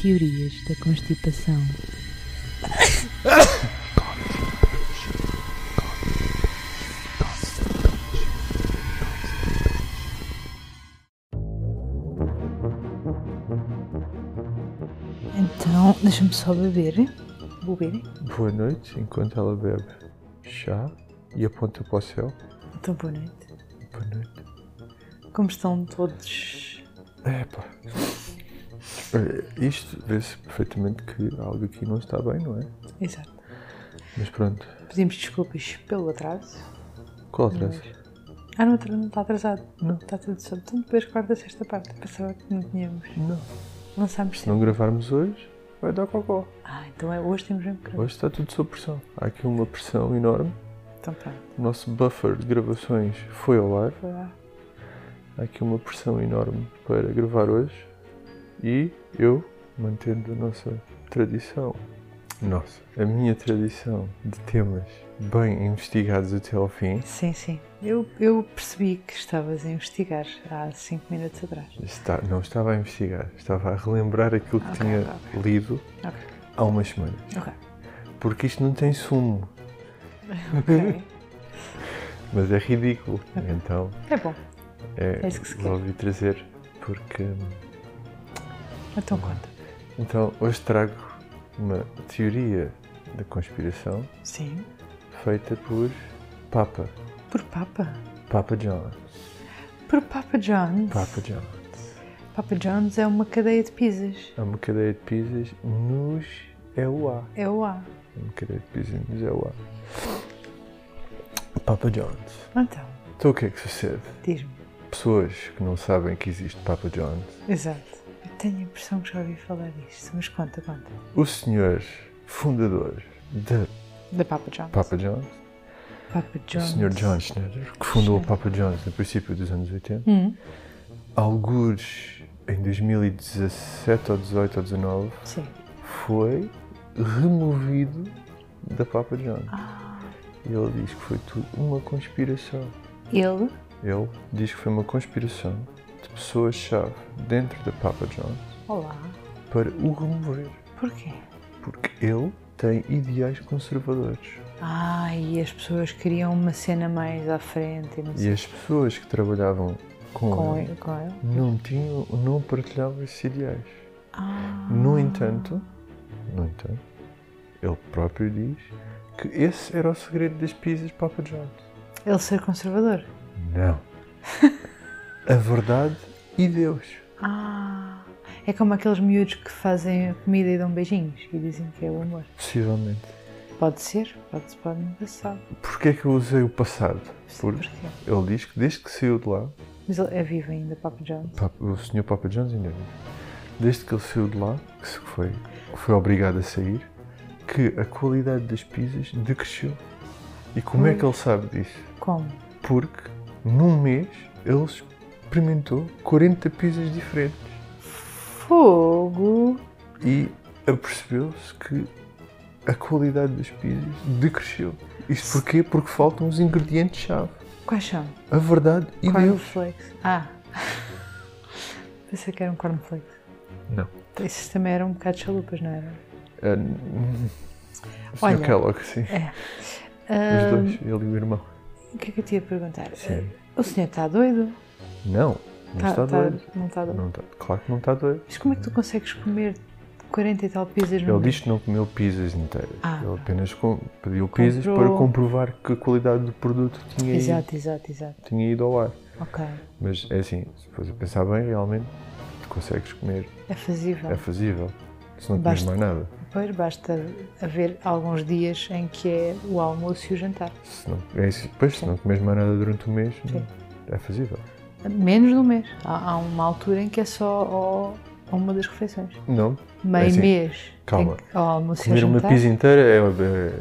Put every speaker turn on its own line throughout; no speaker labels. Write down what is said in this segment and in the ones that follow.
Teorias da constipação. Então, deixa-me só beber. Vou beber.
Boa noite, enquanto ela bebe chá e aponta para o céu.
Então, boa noite.
Boa noite.
Como estão todos?
Epá. Olha, Eh, Isto vê-se perfeitamente que algo aqui não está bem, não é?
Exato.
Mas pronto,
Pedimos desculpas pelo atraso.
qual atraso?
Ah, não, não está atrasado.
Não.
Está tudo sob. Então, depois guarda a sexta parte. Pensava que não tínhamos.
Não.
Lançámos
Se não gravarmos hoje, vai dar cocó.
Ah, então é hoje temos mesmo que gravar.
Hoje está tudo sob pressão. Há aqui uma pressão enorme.
Então pronto,
O nosso buffer de gravações foi ao ar.
foi lá.
Há aqui uma pressão enorme para gravar hoje. E eu, mantendo a nossa tradição, nossa, a minha tradição de temas bem investigados até ao fim,
Sim, sim. Eu, eu percebi que estavas a investigar há 5 minutos atrás.
está, não estava a investigar, estava a relembrar aquilo que
Ok,
tinha lido
Ok.
há umas semanas.
Ok.
Porque isto não tem sumo,
Ok.
mas é ridículo. Então
é bom.
é,
É isso que se quer.
resolvi trazer, porque. hum,
Então conta.
Então hoje trago uma teoria da conspiração
Sim.
feita por Papa
Por Papa?
Papa John.
Por Papa John's.
Papa John.
Papa John's é uma cadeia de pizzas.
É uma cadeia de pizzas nos EUA.
É o A.
É uma cadeia de pizzas nos EUA. Papa John's.
Então,
Então o que é que sucede?
diz-me.
Pessoas que não sabem que existe Papa John's.
Exato. Eu tenho a impressão que já ouvi falar disto, mas conta, conta.
O senhor fundador da
Da Papa John's.
Papa John's,
Papa
o
John's.
senhor John Schneider, que fundou o Papa John's no princípio dos anos 80,
Hum,
algures em 2017 ou 18 ou 19,
sim.
foi removido da Papa John. E ele diz que foi tudo uma conspiração.
Ele.
Ele diz que foi uma conspiração de pessoas-chave dentro da Papa John
Olá.
para o remover.
Porquê?
Porque ele tem ideais conservadores.
Ah, e as pessoas queriam uma cena mais à frente e não
E
sei
as pessoas que trabalhavam com,
com,
ele
ele- com ele.
não tinham, não partilhavam esses ideais.
Ah,
No entanto, no entanto, ele próprio diz que esse era o segredo das pizzas Papa John's.
ele ser conservador.
Não. A verdade e Deus.
Ah, é como aqueles miúdos que fazem a comida e dão beijinhos e dizem que é o amor.
Possivelmente.
Pode ser, pode, pode não passar.
Porquê é que eu usei o passado? Porque
Porquê?
ele diz que desde que saiu de lá,
Mas ele é vivo ainda, Papa John.
Papa- o Sr. Papa Jones ainda vive, desde que ele saiu de lá, que se foi, que foi obrigado a sair, que a qualidade das pizzas decresceu. E como é que ele sabe disso?
Como?
Porque num mês ele experimentou 40 pizzas diferentes
Fogo!
e apercebeu-se que a qualidade das pizzas decresceu. Isto porquê? Porque faltam os ingredientes-chave.
Quais são?
A verdade e Deus.
Cornflakes. Ah! Pensei que era um cornflakes.
Não.
Esses também eram um bocado chalupas, não era?
É, hum, o
Olha, hum,
Sr. Kellogg, sim. Os dois, ele e o irmão.
O que é que eu te ia perguntar?
Sim.
O senhor está doido?
Não, não
Tá-
está
tá-
doido.
Não está doido.
Não tá- claro que não está doido.
Mas como é que tu consegues comer 40 e tal pizzas no
Ele diz que não comeu pizzas inteiras.
Hum. Ah.
ele apenas com- pediu pizzas
Comprou.
para comprovar que a qualidade do produto tinha, ido-
Exato, exato, exato.
tinha ido ao ar.
Ok.
Mas é assim, se fores a pensar bem, realmente consegues comer.
É fazível.
É fazível. Se não comes
Basta.
mais nada.
Pois basta haver alguns dias em que é o almoço e o jantar.
Se não, é isso. Pois, se não comes mais nada durante o mês,
Sim.
não- é fazível.
Menos de um mês. Há, há uma altura em que é só ao- a uma das refeições.
Não.
Meio
assim,
mês.
calma.
em que- Ao almoço e
Comer
ao
uma
jantar.
pizza inteira é. é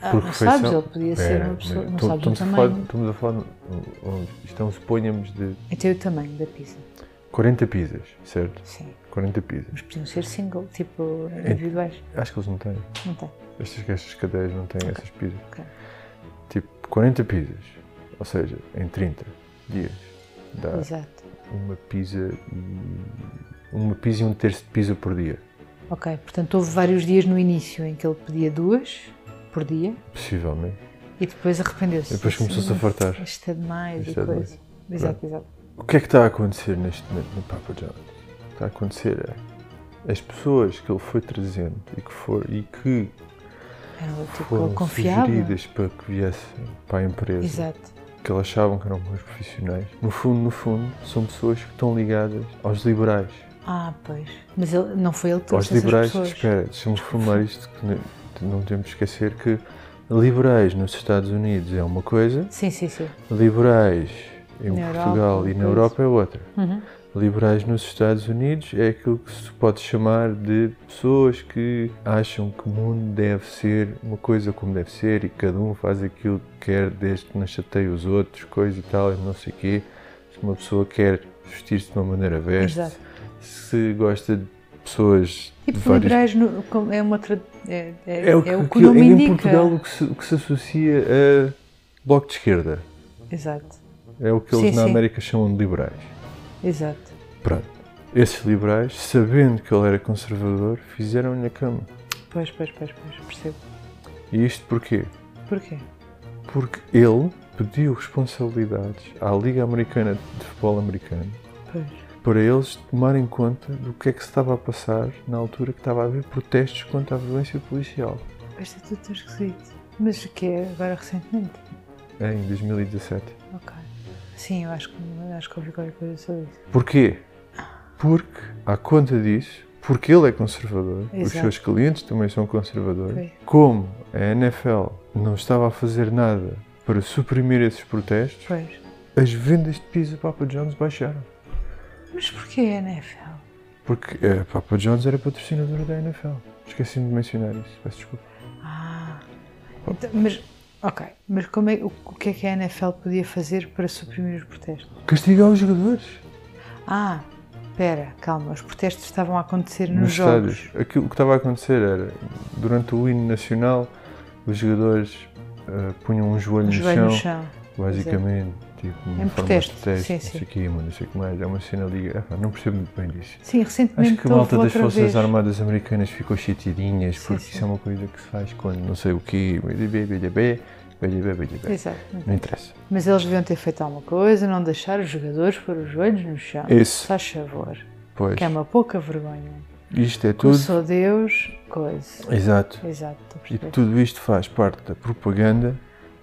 Ah,
por
não
refeição. É,
sabes, ele podia ser uma pessoa. Não
tô-
sabes o
estamos, a falar,
tamanho.
estamos a falar. um- um- Isto é um suponhamos de
Até o tamanho da pizza.
40 pizzas, certo?
Sim.
40 pizzas.
Mas podiam ser single, tipo
É.
individuais.
Acho que eles não têm.
Não tem.
Estas, estas cadeias não têm essas pizzas.
Ok.
Tipo, 40 pizzas. Ou seja, em 30 dias. Dá É.
Exato.
uma pizza e. Uma pizza e um terço de pizza por dia.
Ok, portanto houve vários dias no início em que ele pedia duas por dia
Possivelmente.
e depois arrependeu-se.
E depois começou-se a fartar.
Isto é demais
Isto
e
é
coisa. Exato, exato.
O que é que está a acontecer neste momento no Papa John? O que está a acontecer é as pessoas que ele foi trazendo e que, for, e que
Era o tipo que
foram
ele confiava.
sugeridas para que viessem para a empresa,
Exato.
que eles achavam que eram bons profissionais, no fundo, no fundo, são pessoas que estão ligadas aos liberais.
Ah, pois. Mas ele, não foi ele que
aos
trouxe essas
liberais,
pessoas.
espera, deixa-me reformular isto, que ne- não temos de esquecer que liberais nos Estados Unidos é uma coisa,
Sim, sim, sim.
liberais em
Na
Portugal
Europa,
e na
pois.
Europa é outra.
Uhum.
Liberais nos Estados Unidos é aquilo que se pode chamar de pessoas que acham que o mundo deve ser uma coisa como deve ser e cada um faz aquilo que quer desde que não chateie os outros, coisa e tal, e não sei o quê. Se uma pessoa quer vestir-se de uma maneira veste,
Exato.
se gosta de pessoas
E
de
por
vários
liberais no- como é uma tra... é, é-
é o que,
é o que
que-
o nome
em
indica.
Portugal o que, se, o que se associa a bloco de esquerda.
Exato,
É o que eles
Sim,
na
sim.
América chamam de liberais.
exato.
Pronto. Esses liberais, sabendo que ele era conservador, fizeram-lhe a cama.
Pois, pois, pois, pois, percebo.
E isto porquê?
Porquê?
Porque ele pediu responsabilidades à Liga Americana de Futebol Americano
Pois.
para eles tomarem conta do que é que se estava a passar na altura que estava a haver protestos contra a violência policial,
Isto é tudo tão esquisito. Mas o que é agora recentemente?
em 2017.
Ok. Sim, eu acho que, eu acho que ouvi qualquer coisa sobre isso.
Porquê? Porque, à conta disso, porque ele é conservador, os
Exato.
seus clientes também são conservadores,
Pois.
como a NFL não estava a fazer nada para suprimir esses protestos,
Pois.
as vendas de pizza Papa John's baixaram.
Mas porquê a NFL?
Porque a Papa John's era patrocinadora da NFL. Esqueci-me de mencionar isso, peço desculpa.
Ah. Então, mas, ok. Mas como é, o, o que é que a NFL podia fazer para suprimir os protestos?
Castigar os jogadores
Ah, pera, calma. Os protestos estavam a acontecer
nos
nos, jogos.
estádios. Aquilo que estava a acontecer era, durante o hino nacional, os jogadores eh, punham um joelho,
Os joelhos no chão.
Basicamente, tipo, uma
Em
forma
protesto,
de protesto,
É sim,
não
sim.
sei o que, mas não sei o que mais. É uma cena liga. Epá, não percebo muito bem disso.
Sim, recentemente
Acho que a malta
houve
das
outra
Forças
vez.
Armadas Americanas ficou chitidinhas,
Sim,
porque
sim.
isso é uma coisa que se faz quando não sei o que, BDB, BDB, BDB, BDB.
Exato.
Não interessa.
Mas eles deviam ter feito alguma coisa, não deixar os jogadores pôr os joelhos no chão.
Isso,
Faz favor.
pois.
Que é uma pouca vergonha.
Isto é
Eu
tudo.
sou Deus, coisa.
Exato.
Exato, estou a
E
perceber.
tudo isto faz parte da propaganda.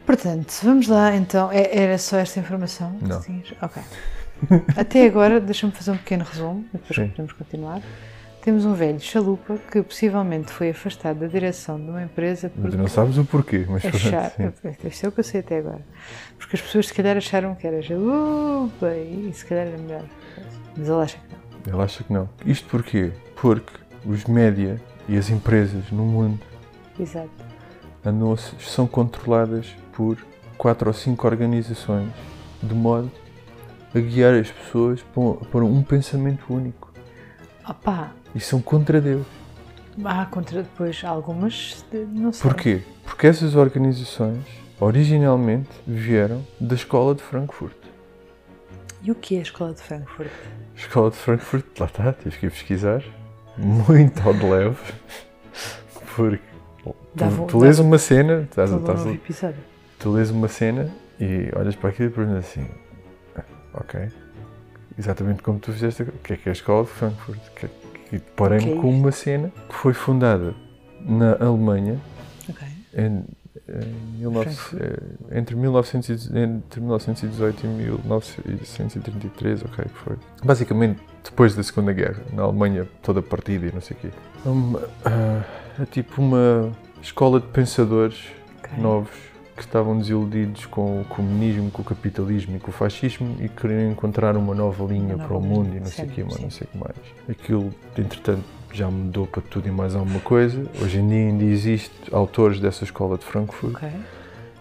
Portanto, vamos lá então. É- era só esta informação que
Não.
tinhas? Ok. Até agora, deixa-me fazer um pequeno resumo, depois
Sim.
podemos continuar. Temos um velho chalupa que possivelmente foi afastado da direção de uma empresa
Mas
porque
não sabes o porquê, mas pronto.
achar.
sim.
Isto é o que eu sei até agora. Porque as pessoas se calhar acharam que era chalupa e se calhar era melhor. Mas ele acha que não.
Ele acha que não. Isto porquê? Porque os média e as empresas no mundo
Exato.
andam a se- são controladas por quatro ou cinco organizações de modo a guiar as pessoas para um- para um pensamento único
Opa!
e são contra Deus.
Há contra depois algumas, de- não sei.
Porquê? Porque essas organizações originalmente vieram da escola de Frankfurt.
E o que é a escola de Frankfurt?
Escola de Frankfurt, lá está, tive que ir pesquisar muito ao de leve porque
Dava-
tu, tu lês uma cena, estás,
Todo um
estás,
novo episódio.
tu lês uma cena e olhas para aquilo e perguntas assim: "Ah, Ok, exatamente como tu fizeste, o que é que é a escola de Frankfurt? Que, que
O que
parei-me
é
com
isto?
uma cena que foi fundada na Alemanha
Ok.
em, em 19 eh, entre, 1900 e- entre 1918 e 1933, ok, que foi. Basicamente, depois da Segunda Guerra, na Alemanha toda partida e não sei o quê. É uma- ah, é tipo uma escola de pensadores
ok.
novos que estavam desiludidos com o comunismo, com o capitalismo e com o fascismo e queriam encontrar uma nova linha
Uma
para o
nova
mundo
linha,
e não sei o quê,
sempre,
mas não
sim.
sei o que mais. Aquilo, entretanto, já mudou para tudo e mais alguma coisa. Hoje em dia ainda existem autores dessa escola de Frankfurt,
Ok.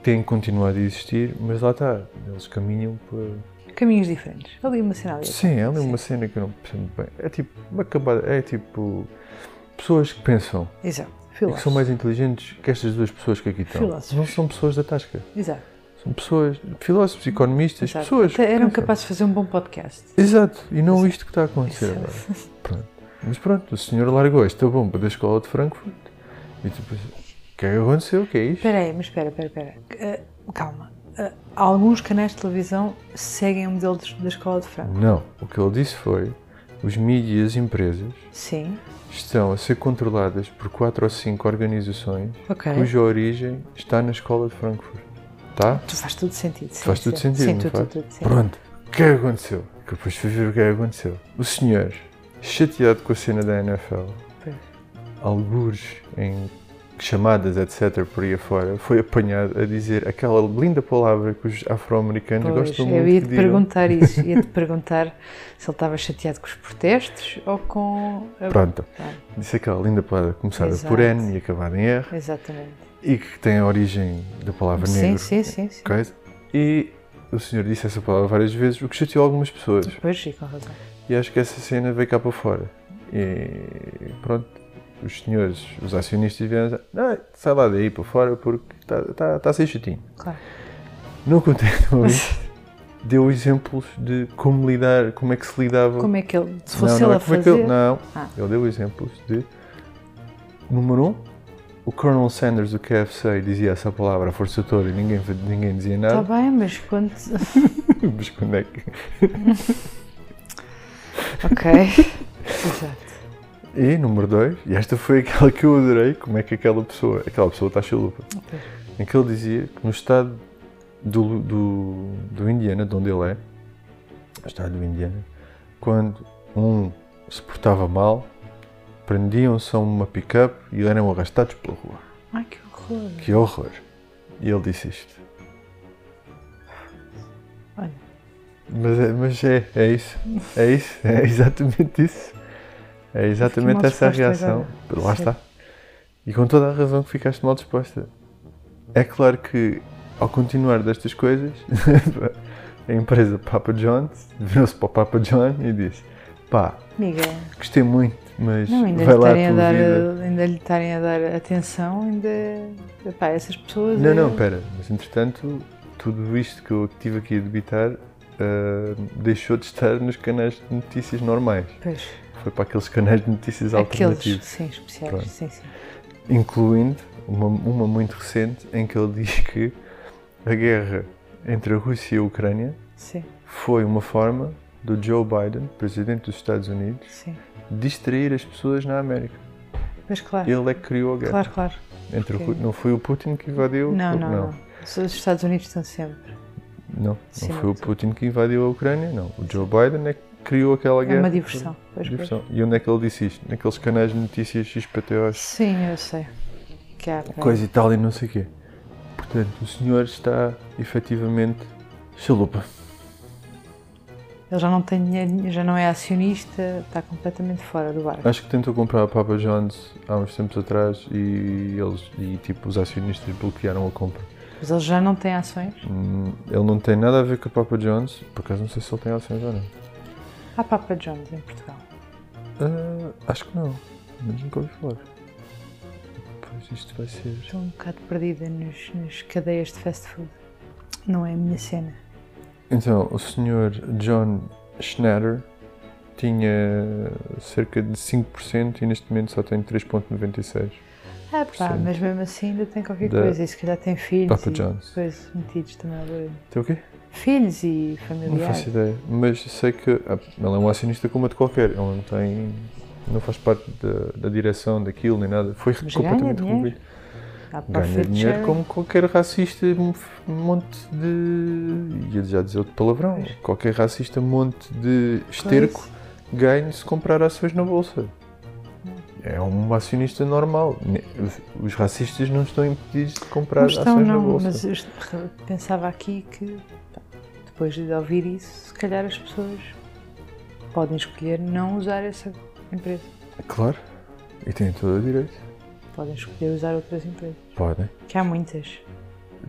têm continuado a existir, mas lá está, eles caminham para...
Caminhos diferentes. Ali uma sinal.
Sim, é ali uma cena que eu não percebo muito bem. É tipo, uma acabada, é tipo... Pessoas que pensam
Exato.
e É que são
Filósofo.
mais inteligentes que estas duas pessoas que aqui estão.
Filósofos.
Não são pessoas da tasca.
Exato.
São pessoas, filósofos, economistas,
exato.
pessoas.
Até eram
que pensam.
capazes de fazer um bom podcast.
Exato, e não isto que está a acontecer
Exato.
agora. Pronto. Mas pronto, o senhor largou esta bomba da escola de Frankfurt. E tu pensas, o que é que aconteceu? O que é isto?
Espera aí, mas espera, espera, espera. Ah, calma. Ah, alguns canais de televisão seguem o modelo de- da escola de Franco.
Não, o que ele disse foi, os mídias e as empresas
Sim.
estão a ser controladas por quatro ou cinco organizações
Ok.
cuja origem está na escola de Frankfurt. Tá?
Tu faz tudo sentido. Sim,
Faz tudo
sim.
sentido,
é. Sim,
não
tudo,
faz?
tudo, tudo, sim.
Pronto, o que é que aconteceu? Que eu depois fui ver o que é que aconteceu. O senhor, chateado com a cena da NFL,
Pois.
algures em chamadas, etc, por aí afora, foi apanhado a dizer aquela linda palavra que os afro-americanos
Pois,
gostam muito
eu ia
que
te
digam.
perguntar isso, ia te perguntar se ele estava chateado com os protestos ou com. a-
Pronto,
Tá,
disse aquela linda palavra começada por
Exato.
N e acabada em R
exatamente.
e que tem a origem da palavra
Sim,
negro.
sim, sim, sim.
Coisa. E o senhor disse essa palavra várias vezes, o que chateou algumas pessoas.
Pois, e com razão.
E acho que essa cena veio cá para fora. E pronto, os senhores, os acionistas vieram dizer, "Ah, sai lá daí para fora porque está tá, tá a ser chatinho.
Claro.
Não contente com isto, deu exemplos de como lidar, como é que se lidava.
Como é que ele. Se fosse ele
não, não,
a
é como
fazer.
é que ele- não,
Ah.
ele deu exemplos de, número um, o Colonel Sanders do KFC dizia essa palavra a força toda e ninguém, ninguém dizia
Está
nada.
Tá bem, mas quando.
Mas quando é que...
ok. Exato.
E número 2, e esta foi aquela que eu adorei, como é que aquela pessoa, aquela pessoa está chalupa,
Ok.
em que ele dizia que no estado do, do, do Indiana, de onde ele é, no estado do Indiana, quando um se portava mal, prendiam-se a uma pick-up e eram arrastados pela rua.
Ai, que horror.
Que horror! E ele disse isto.
Olha.
Mas é, mas é, é isso, é isso, é exatamente isso. É exatamente
mal
essa a
disposta
reação.
agora.
Lá
Sim.
está. E com toda a razão que ficaste mal disposta. É claro que ao continuar destas coisas, a empresa Papa John's virou-se para o Papa John e disse: pá,
Amiga,
gostei muito, mas
não, ainda lhe
vai lá a
estarem a
tua
dar,
vida.
ainda lhe estarem a dar atenção, ainda. Epá, essas pessoas.
Não,
é-
não, pera, mas entretanto, tudo isto que eu tive aqui a debitar ah, deixou de estar nos canais de notícias normais.
Pois,
Foi para aqueles canais de notícias
aqueles,
alternativos,
sim, especiais,
Pronto.
sim, sim.
incluindo uma, uma muito recente em que ele diz que a guerra entre a Rússia e a Ucrânia
Sim,
foi uma forma do Joe Biden, presidente dos Estados Unidos,
sim.
distrair as pessoas na América.
Mas claro,
Ele é que criou a guerra.
Ah. claro, claro.
entre o
porque-
Pu- não foi o Putin que invadiu.
Não, não, não. Os Estados Unidos estão sempre.
Não, não
Sim,
foi
não.
o Putin que invadiu a Ucrânia, não. O Joe Biden é que criou aquela
É
guerra.
uma diversão. Pois, pois.
Diversão. E onde é que ele disse isto? Naqueles canais de notícias XPTOs,
Sim, eu sei. Que há, pá.
coisa e tal e não sei o quê. Portanto, o senhor está efetivamente chalupa.
Ele já não tem dinheiro, já não é acionista, está completamente fora do barco.
Acho que tentou comprar a Papa John's há uns tempos atrás e eles e tipo os acionistas bloquearam a compra.
Mas ele já não tem ações.
Hum, Ele não tem nada a ver com a Papa John's, por acaso não sei se ele tem ações ou não.
Há Papa John's em Portugal.
Ah, acho que não, mas nunca ouvi falar. Pois isto vai ser.
Estou um bocado perdida nos, nas cadeias de fast food. Não é a minha cena.
Então, o senhor John Schneider tinha cerca de 5% e neste momento só tem 3,96%.
Ah, pá,
Sim.
mas mesmo assim ainda tem qualquer
Da-
coisa. E se calhar tem filhos.
Papa
e
John's.
Coisas metidos também ao barulho.
Tem o quê?
Filhos e
Não
familiares.
faço ideia, mas sei que ah, ele é um acionista como outro qualquer, ele não tem. não faz parte da, da direção daquilo nem nada. Foi
Mas ganha
completamente
dinheiro.
removido.
Há
Ganha
profit
dinheiro
sharing.
como qualquer racista, um f- monte de. ia já dizer outro palavrão.
Pois.
Qualquer racista, um monte de esterco ganha se comprar ações na bolsa. É um acionista normal. Ne- os- Os racistas não estão impedidos de comprar
Não estão,
ações na
não,
bolsa.
mas eu est- re- pensava aqui que pá, depois de ouvir isso, se calhar as pessoas podem escolher não usar essa empresa.
Claro, e têm todo o direito.
Podem escolher usar outras empresas.
Podem.
Que há muitas.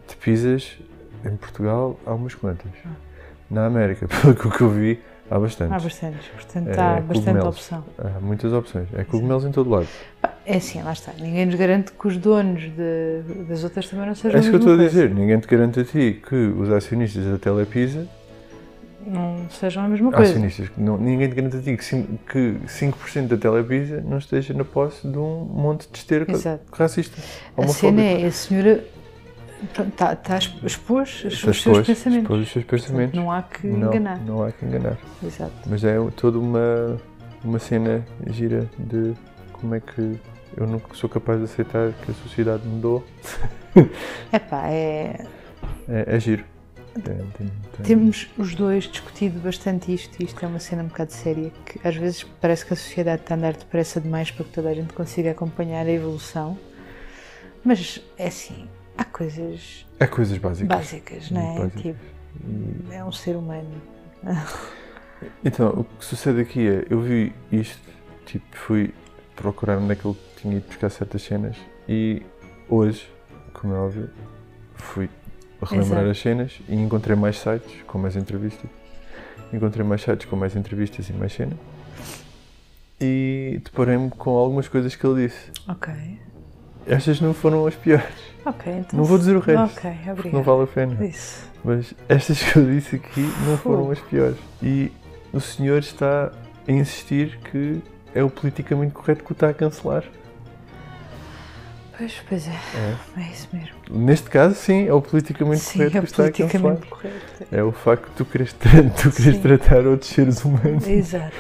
de pizzas em Portugal há umas quantas. Na América, pelo que eu vi, há
Há
bastantes.
bastantes. Portanto,
É,
há bastante
cogumelos.
opção.
Há muitas opções. É cogumelos em todo lado.
Pá, É assim, lá está. Ninguém nos garante que os donos de- das outras também não
É
sejam.
isso que eu
mesma
estou a
coisa.
dizer. Ninguém te garante a ti que os acionistas da Telepisa
não sejam a mesma
Há
coisa.
acionistas que não, ninguém te garante a ti que cin- que 5% da Televisa não esteja na posse de um monte de esterco
Exato.
racista.
A cena
homofóbico.
é, a senhora está tá expôs os
Mas
seus
depois-
pensamentos.
depois os seus pensamentos.
Não há que
não,
enganar.
não há que enganar.
Exato.
Mas é toda uma, uma cena gira de como é que eu nunca sou capaz de aceitar que a sociedade mudou.
Epá, é...
É, é giro. Tem- tem- tem-
Temos os dois discutido bastante isto e isto é uma cena um bocado séria que às vezes parece que a sociedade está a andar depressa demais para que toda a gente consiga acompanhar a evolução. Mas é assim, há coisas
É coisas básicas.
básicas, não é?
Básicas. Hum.
Tipo,
E-
é um ser humano.
Então, o que sucede aqui é, eu vi isto, tipo, fui procurar onde é que eu tinha ido buscar certas cenas e hoje, como é óbvio, fui relembrar
Exato.
as cenas e encontrei mais sites com mais entrevistas. Encontrei mais sites com mais entrevistas e mais cenas. E deparei-me com algumas coisas que ele disse.
Ok.
Estas não foram as piores.
Ok, então.
Não vou dizer o resto.
Ok, obrigado.
Não vale a pena.
Isso.
Mas estas que eu disse aqui não foram as piores. E o senhor está a insistir que é o politicamente correto que o está a cancelar.
Pois, pois é. É, isso mesmo.
Neste caso, sim, é o politicamente
Sim,
correto
é
que o está um a cancelar.
politicamente correto.
É o facto de tu queres, tra- tu queres
Sim.
tratar outros seres humanos
Exato.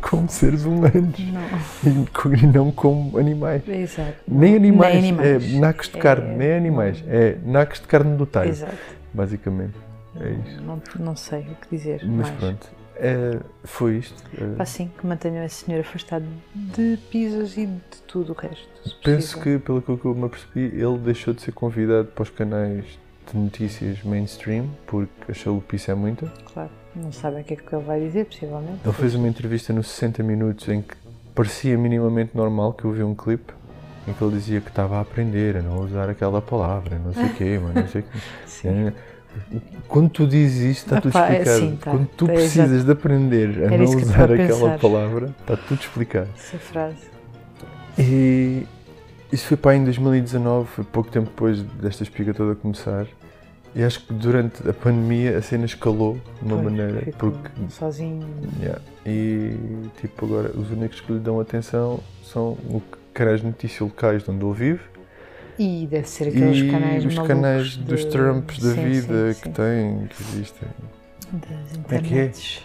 como seres humanos
Não.
e co- e não como animais.
Exato.
Nem animais,
Nem animais.
é nacos de
É-
carne, nem animais, é nacos de carne do talho,
Exato.
basicamente. É Tá isso.
Não, não sei o que dizer.
Mas
mais.
pronto, é, foi isto. É,
Assim, que mantenham esse senhor afastado de pisos e de tudo o resto. se
Penso
possível.
que, pelo que eu me apercebi, ele deixou de ser convidado para os canais de notícias mainstream porque a chalupice é muita.
Claro, não sabem o que é que ele vai dizer, possivelmente.
Ele fez uma entrevista nos 60 minutos em que parecia minimamente normal que eu vi um clipe em que ele dizia que estava a aprender a não usar aquela palavra, não sei o quê, mas não sei o quê. é.
Sim.
Quando tu dizes isto, está tudo
Epá, é
explicado.
assim, tá.
Quando tu
É,
precisas de aprender a
Era
não
isso que eu
usar
estava a
aquela
pensar.
palavra, está tudo explicado.
Essa frase.
E isso foi para aí em 2019, foi pouco tempo depois desta espiga toda começar. E acho que durante a pandemia a cena escalou de uma
Pois,
maneira,
ficou
porque.
Sozinho.
yeah. E tipo, agora os únicos que lhe dão atenção são o canais de notícias locais de onde ele vive
E deve ser aqueles
e
canais
os
malucos
canais
de-
dos Trumps da
Sim,
vida
sim,
que tá-
sim.
têm, que existem.
Das
é que é?
internets.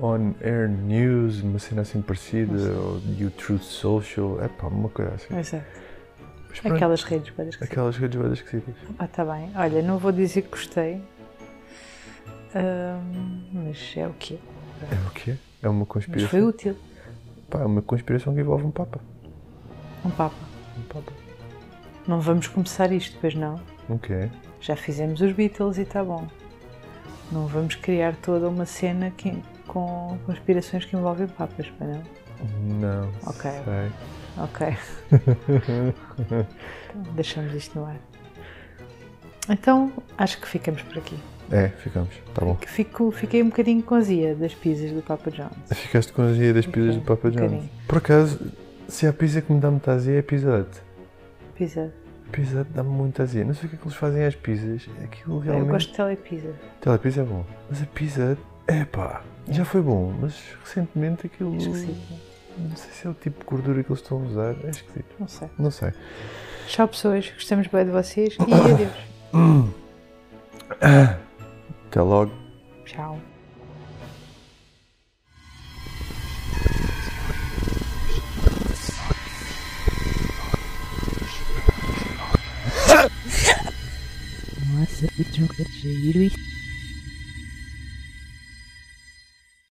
On Air News, uma cena assim parecida, ou You Truth Social, é pá, uma coisa assim.
Exato.
Mas pronto,
Aquelas redes boas que
aquelas redes bué esquisitas.
Ah, tá bem. Olha, não vou dizer que gostei. Ahm, mas é o quê?
É o quê? É uma
Mas
conspiração.
foi útil.
Pá, é uma conspiração que envolve um Papa.
Um papo.
Um Papa.
Não vamos começar isto, pois não?
O quê?
Já fizemos os Beatles e está bom. Não vamos criar toda uma cena que- com conspirações que envolvem papas, para não?
Não.
Ok.
Sei.
Ok. Então, deixamos isto no ar. Então, acho que ficamos por aqui.
É, ficamos. Tá bom.
Que Fico, fiquei um bocadinho com azia das pizzas do Papa John's.
Ficaste com a azia das pizzas
Fiquei,
do Papa
um
John.
bocadinho.
Por acaso, se há pizza que me dá muita azia, é pizza hut.
Pizza.
Pizza hut dá-me muita azia. Não sei o que é que eles fazem às pizzas. Aquilo
Eu
realmente...
gosto de telepizza.
Telepizza é bom. Mas a pizza hut... Epá, já foi bom, mas recentemente aquilo...
É esquisito.
Não sei se é o tipo de gordura que eles estão a usar. É esquisito.
Não sei.
Não sei.
Tchau, pessoas. Gostamos bem de vocês. E adeus.
Até logo.
Tchau.
Nossa, que tronco de giro, hein?